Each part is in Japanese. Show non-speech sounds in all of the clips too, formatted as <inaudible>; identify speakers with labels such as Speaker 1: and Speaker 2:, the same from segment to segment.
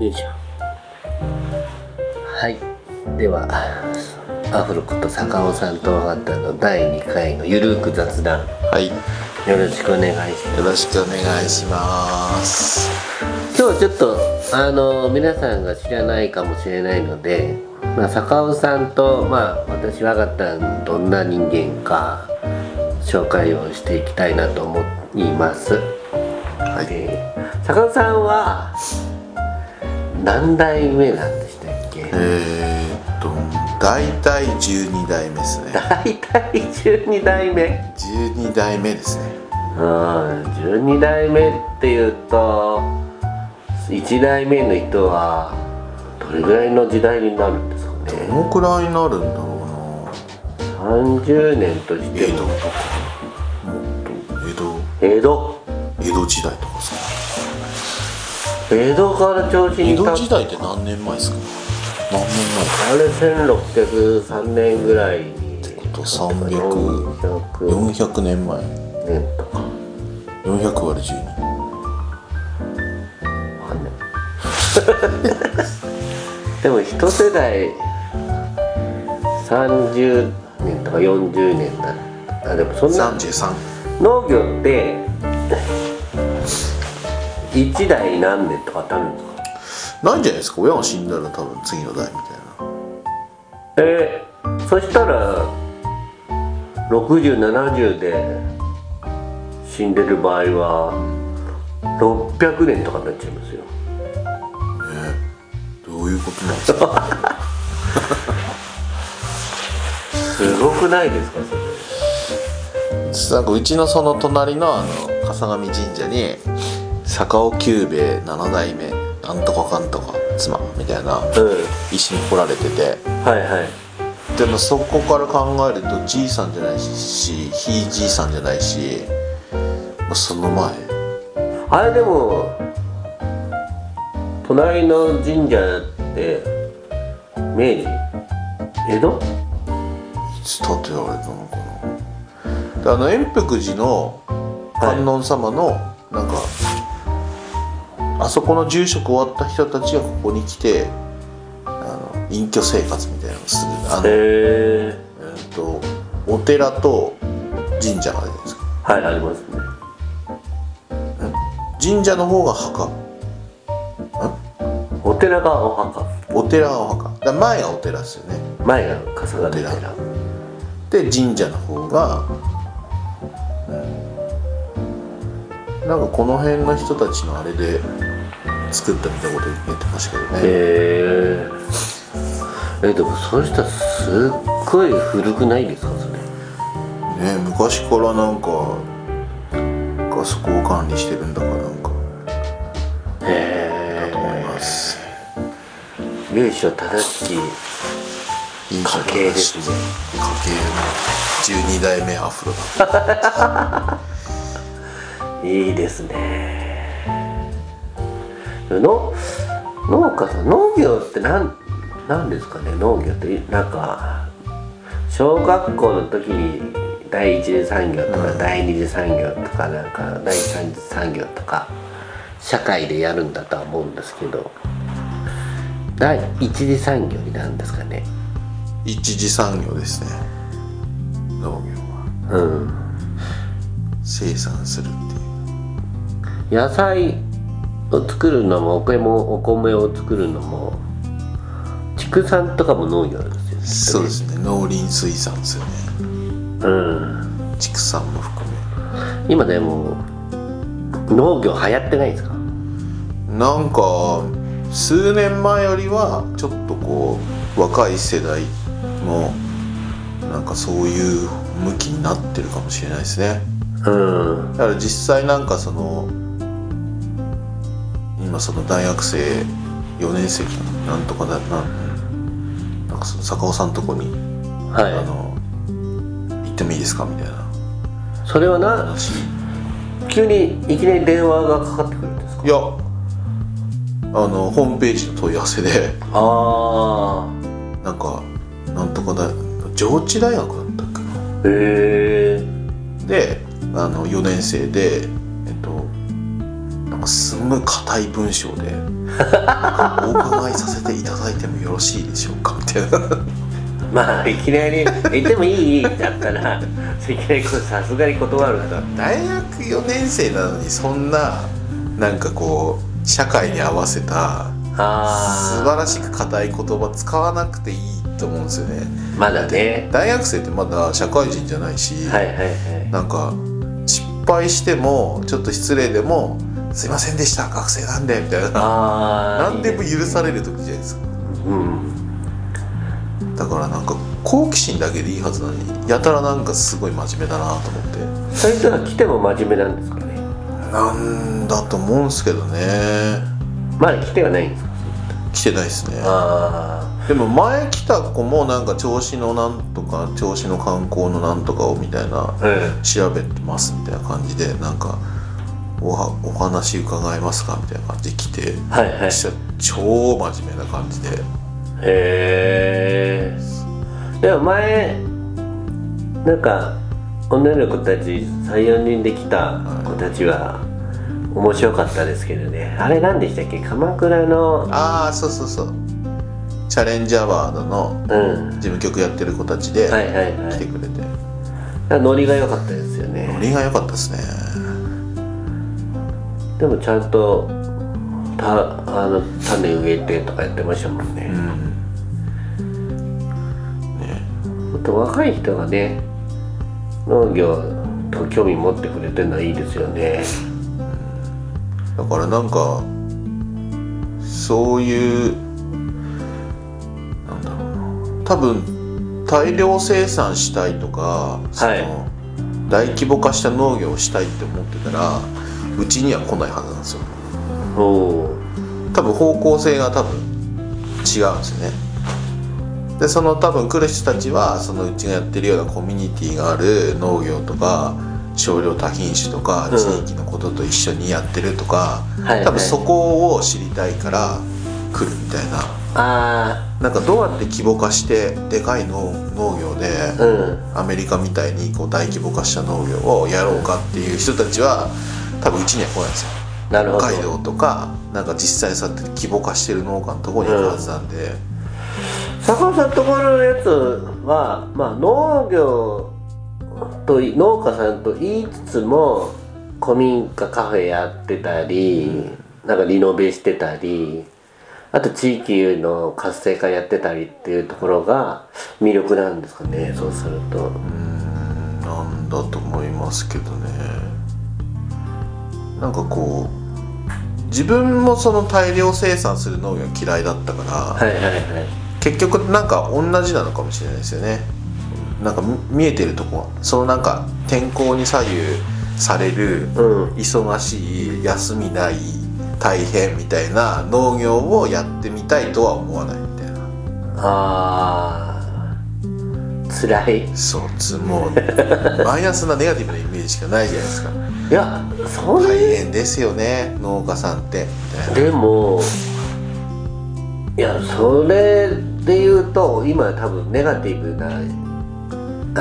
Speaker 1: いいじゃん
Speaker 2: はいではアフロこと坂尾さんとあったの第2回のゆるく雑談
Speaker 3: はい。よ
Speaker 2: よろしくお願いします
Speaker 3: ろしくお願いします。
Speaker 2: 今日ちょっとあの皆さんが知らないかもしれないので、まあ、坂尾さんと、まあ、私分かったんどんな人間か紹介をしていきたいなと思います、
Speaker 3: はい
Speaker 2: えー坂尾さんは何代目なんでしたっけ
Speaker 3: えー、っと、大体12代目ですね。
Speaker 2: 大体12代目
Speaker 3: 12代目ですね。
Speaker 2: うん12代目っていうと1代目の人はどれぐらいの時代になるんですか
Speaker 3: ど
Speaker 2: ね
Speaker 3: のくらいになるんだろ
Speaker 2: 30年とし
Speaker 3: うな。
Speaker 2: て
Speaker 3: 江戸と
Speaker 2: も
Speaker 3: か。もっと、江戸、
Speaker 2: 江戸
Speaker 3: 江戸時代とかさ。
Speaker 2: 江戸から調子に
Speaker 3: 江
Speaker 2: 立っ
Speaker 3: 戸時代って何年前ですか何年
Speaker 2: あれ1603年ぐらいに
Speaker 3: と300
Speaker 2: 400
Speaker 3: 前か ?400 年前。
Speaker 2: 年とか
Speaker 3: 400割る12。
Speaker 2: わかんないでも一世代30年とか40年だあでもそんな
Speaker 3: 33。
Speaker 2: 農業って1代何年とかってあるんですか
Speaker 3: ないんじゃないですか親が死んだら多分次の代みたいな。
Speaker 2: えー、そしたら6070で死んでる場合は600年とかになっちゃいますよ
Speaker 3: どういうことなんですか
Speaker 2: すごくないですかそれ
Speaker 3: なんかうちのその隣のあの笠上神社に坂尾久兵衛7代目なんとかかんとか妻みたいな
Speaker 2: うん
Speaker 3: 石に彫られてて
Speaker 2: はいはい
Speaker 3: でもそこから考えるとじいさんじゃないしひいじいさんじゃないしまあその前
Speaker 2: あれでも隣の神社って明治江戸
Speaker 3: いつ建てられたのかなであの延福寺の観音様のなんか、あそこの住職終わった人たちがここに来てあの隠居生活みたいなのをするあの、え
Speaker 2: へえ
Speaker 3: ーとお寺と神社があるじゃないですか
Speaker 2: はいありますね
Speaker 3: 神社の方が墓
Speaker 2: お寺がお墓
Speaker 3: お寺がお墓だから前がお寺ですよね
Speaker 2: 前が笠が寺
Speaker 3: お寺で神社の方が、うん、なんかこの辺の人たちのあれで作ったみたいなこと言ってましたけどね、
Speaker 2: へええでもそしたらすっごい古くないですかそれ
Speaker 3: ね昔からなんかあそこを管理してるんだからなんか
Speaker 2: へ
Speaker 3: 思います
Speaker 2: え由緒正しき
Speaker 3: いい
Speaker 2: 家系ですね
Speaker 3: 家系の12代目アフロだ
Speaker 2: いいですねの農家さん農業ってなんなんですかね農業ってなんか小学校の時に第一次産業とか、第二次産業とかなんか第三次産業とか社会でやるんだとは思うんですけど第一次産業になんですかね
Speaker 3: 一次産業ですね農業は
Speaker 2: うん
Speaker 3: 生産するっていう
Speaker 2: 野菜を作るのもお米もお米を作るのも畜産とかも農業ですよね
Speaker 3: そうですね農林水産ですよね
Speaker 2: うん
Speaker 3: 畜産も含め
Speaker 2: 今でも農業流行ってないですか
Speaker 3: なんか数年前よりはちょっとこう若い世代のなんかそういう向きになってるかもしれないですね
Speaker 2: うん
Speaker 3: だから実際なんかその今その大学生4年生なんとかだなんなんかその坂尾さんのとこに、あ
Speaker 2: は
Speaker 3: の行ってもいいですかみたいない
Speaker 2: それはな
Speaker 3: 話
Speaker 2: 急にいきなり電話がかかってくるんですか
Speaker 3: いやあのホームページの問い合わせで
Speaker 2: あ
Speaker 3: なんかなんとか大学上智大学だったっけな
Speaker 2: あへえ
Speaker 3: であの4年生でえっとなんかかすんごい硬い文章でお伺いさせていただいてもよろしいでしょうかみたいな
Speaker 2: まあいきなり「行ってもいい?」だったら <laughs> いきなりこうさすがに断るな
Speaker 3: 大学4年生なのにそんななんかこう社会に合わせた素
Speaker 2: あ
Speaker 3: 晴らしく硬い言葉使わなくていいと思うんですよね
Speaker 2: ーまだね
Speaker 3: 大学生ってまだ社会人じゃないし、
Speaker 2: はいはいはい
Speaker 3: なんか失敗してもちょっと失礼でも「すいませんでした学生なんで」みたいな
Speaker 2: ああ
Speaker 3: 何でも
Speaker 2: いい
Speaker 3: 許される時じゃないですか
Speaker 2: うん
Speaker 3: だからなんか好奇心だけでいいはずなのにやたらなんかすごい真面目だなと思って
Speaker 2: そういう人が来ても真面目なんですかね
Speaker 3: なんだと思うんすけどね
Speaker 2: まだ来てはないんですか
Speaker 3: 来てないですね
Speaker 2: あ
Speaker 3: でも前来た子もなんか調子のなんとか調子の観光のなんとかをみたいな
Speaker 2: あうん
Speaker 3: 調べてますみたいな感じでなんかおはお話伺えますかみたいな感じで来て、
Speaker 2: はいはいへ
Speaker 3: そしたら超真面目な感じで
Speaker 2: えでも前なんか女の子たち34人で来た子たちは面白かったですけどねあれ何でしたっけ鎌倉の
Speaker 3: ああそうそうそうチャレンジアワードの
Speaker 2: うん
Speaker 3: 事務局やってる子たちで
Speaker 2: はいはい
Speaker 3: 来
Speaker 2: は
Speaker 3: てくれて、
Speaker 2: いノリが良かったですよね
Speaker 3: ノリが良かったですね
Speaker 2: でもちゃんとたあの種植えてとかやってましたもんね
Speaker 3: う、んね
Speaker 2: もっと若い人がね農業と興味持ってくれてるのはいいですよね
Speaker 3: だからなんかそういうなんだろうな多分大量生産したいとか、
Speaker 2: はい
Speaker 3: その大規模化した農業をしたいって思ってたらうちには来ないはずなんですよ
Speaker 2: おお
Speaker 3: 多分方向性が多分違うんですねでその多分来る人たちはそのうちがやってるようなコミュニティがある農業とか少量多品種とか
Speaker 2: うん
Speaker 3: 地域のことと一緒にやってるとか、
Speaker 2: はいはい
Speaker 3: 多分そこを知りたいから来るみたいな
Speaker 2: あ
Speaker 3: なんかどうやって規模化してでかい農農業で
Speaker 2: あうん
Speaker 3: アメリカみたいにこう大規模化した農業をやろうかっていう人たちは多分うちには来ないんですよ
Speaker 2: なるほ
Speaker 3: 北海
Speaker 2: ど
Speaker 3: 道とかなんか実際そうやって規模化してる農家のところに行くはずなんで、
Speaker 2: 坂本さんところのやつはまあ農業とい農家さんと言いつつも古民家カフェやってたり、なんかリノベしてたりあと地域の活性化やってたりっていうところが魅力なんですかねそうすると
Speaker 3: うんなんだと思いますけどねなんかこう自分もその大量生産する農業が嫌いだったから、
Speaker 2: はいはいはい
Speaker 3: 結局なんか同じなのかもしれないですよねなんかみ見えてるとこそのなんか天候に左右される
Speaker 2: うん
Speaker 3: 忙しい休みない大変みたいな農業をやってみたいとは思わないみたいな
Speaker 2: ああ辛い
Speaker 3: そうつ
Speaker 2: <laughs>
Speaker 3: もうマイナスなネガティブなイメージしかないじゃないですか
Speaker 2: いやそんな
Speaker 3: 大変ですよね農家さんってみたい
Speaker 2: で
Speaker 3: な
Speaker 2: もいやそれで言うと今多分ネガティブな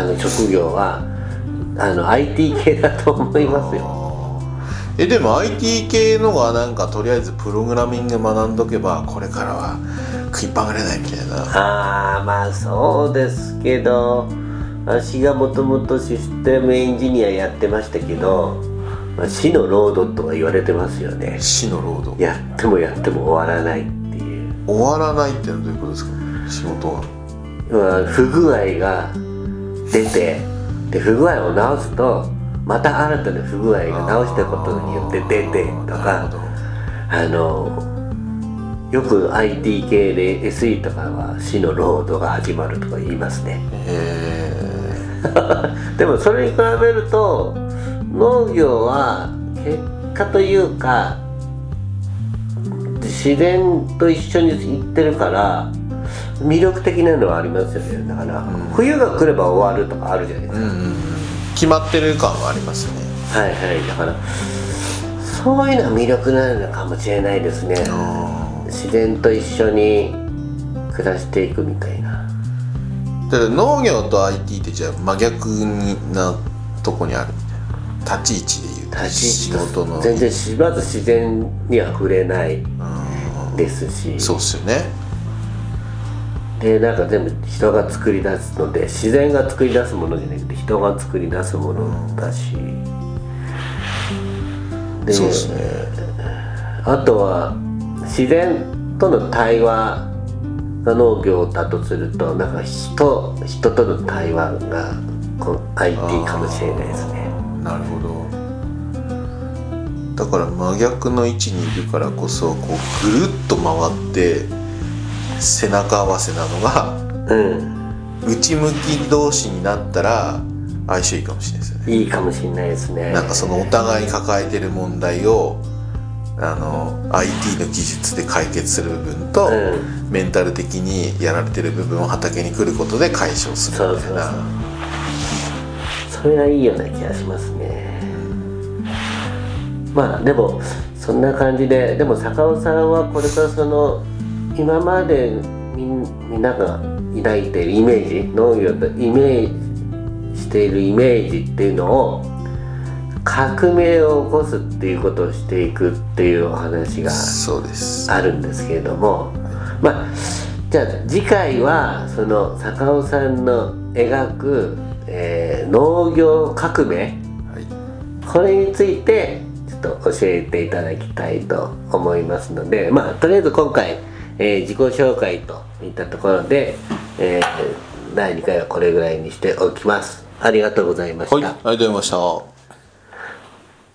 Speaker 2: あの職業はあの IT 系だと思いますよ
Speaker 3: えでも IT 系のがなんかとりあえずプログラミング学んどけばこれからは食いっぱがれないみたいな
Speaker 2: ああまあそうですけど私がもともとシステムエンジニアやってましたけど、まあ、死のロードとは言われてますよね
Speaker 3: 死の労働
Speaker 2: やってもやっても終わらないっていう
Speaker 3: 終わらないってのはどういうことですか仕事は
Speaker 2: まあ不具合が出てで不具合を直すとまた新たな不具合が直したことによって出てと
Speaker 3: なる
Speaker 2: か
Speaker 3: ほど
Speaker 2: あのよく IT 系で SE とかは死のロードが始まるとか言いますね
Speaker 3: え
Speaker 2: でもそれに比べると農業は結果というか自然と一緒に行ってるから魅力的なのはありますよねだから、冬が来れば終わるとかあるじゃないです
Speaker 3: ー、う
Speaker 2: か、
Speaker 3: んうんうん決まってる感はありますね
Speaker 2: はいはいだからそういうのは魅力なのかもしれないですね
Speaker 3: あ
Speaker 2: 自然と一緒に暮らしていくみたいな
Speaker 3: ーだから農業と IT ってじゃあ真逆なとこにあるみたいな立ち位置で言う
Speaker 2: 立ち
Speaker 3: 仕事の
Speaker 2: 全然しまず自然には触れないですし
Speaker 3: そうっすよね
Speaker 2: でなんか全部人が作り出すので自然が作り出すものじゃなくて人が作り出すものだしで
Speaker 3: そうっすね
Speaker 2: あとは自然との対話が農業だとするとなんか人人との対話がこの IT かもしれないですね。
Speaker 3: なるほどだから真逆の位置にいるからこそこうぐるっと回って背中合わせなのが
Speaker 2: うん、
Speaker 3: 内向き同士になったら相性いいかもしれないですよね
Speaker 2: いいかもしれないですね。
Speaker 3: なんかそのお互い抱えてる問題をあの IT の技術で解決する部分と、
Speaker 2: うん
Speaker 3: メンタル的にやられてる部分を畑に来ることで解消するみたい
Speaker 2: そうそう
Speaker 3: な
Speaker 2: それはいいような気がしますねまあでもそんな感じででも坂尾さんはこれからその今までみんみんなが抱いているイメージ農業とイメージしているイメージっていうのを革命を起こすっていうことをしていくっていうお話が
Speaker 3: そうです
Speaker 2: あるんですけれどもまあじゃあ次回はその坂尾さんの描く、えー農業革命
Speaker 3: はい
Speaker 2: これについてちょっと教えていただきたいと思いますのでまあとりあえず今回、えー自己紹介といったところで、えー第2回はこれぐらいにしておきます。ありがとうございました。
Speaker 3: はいありがとうございました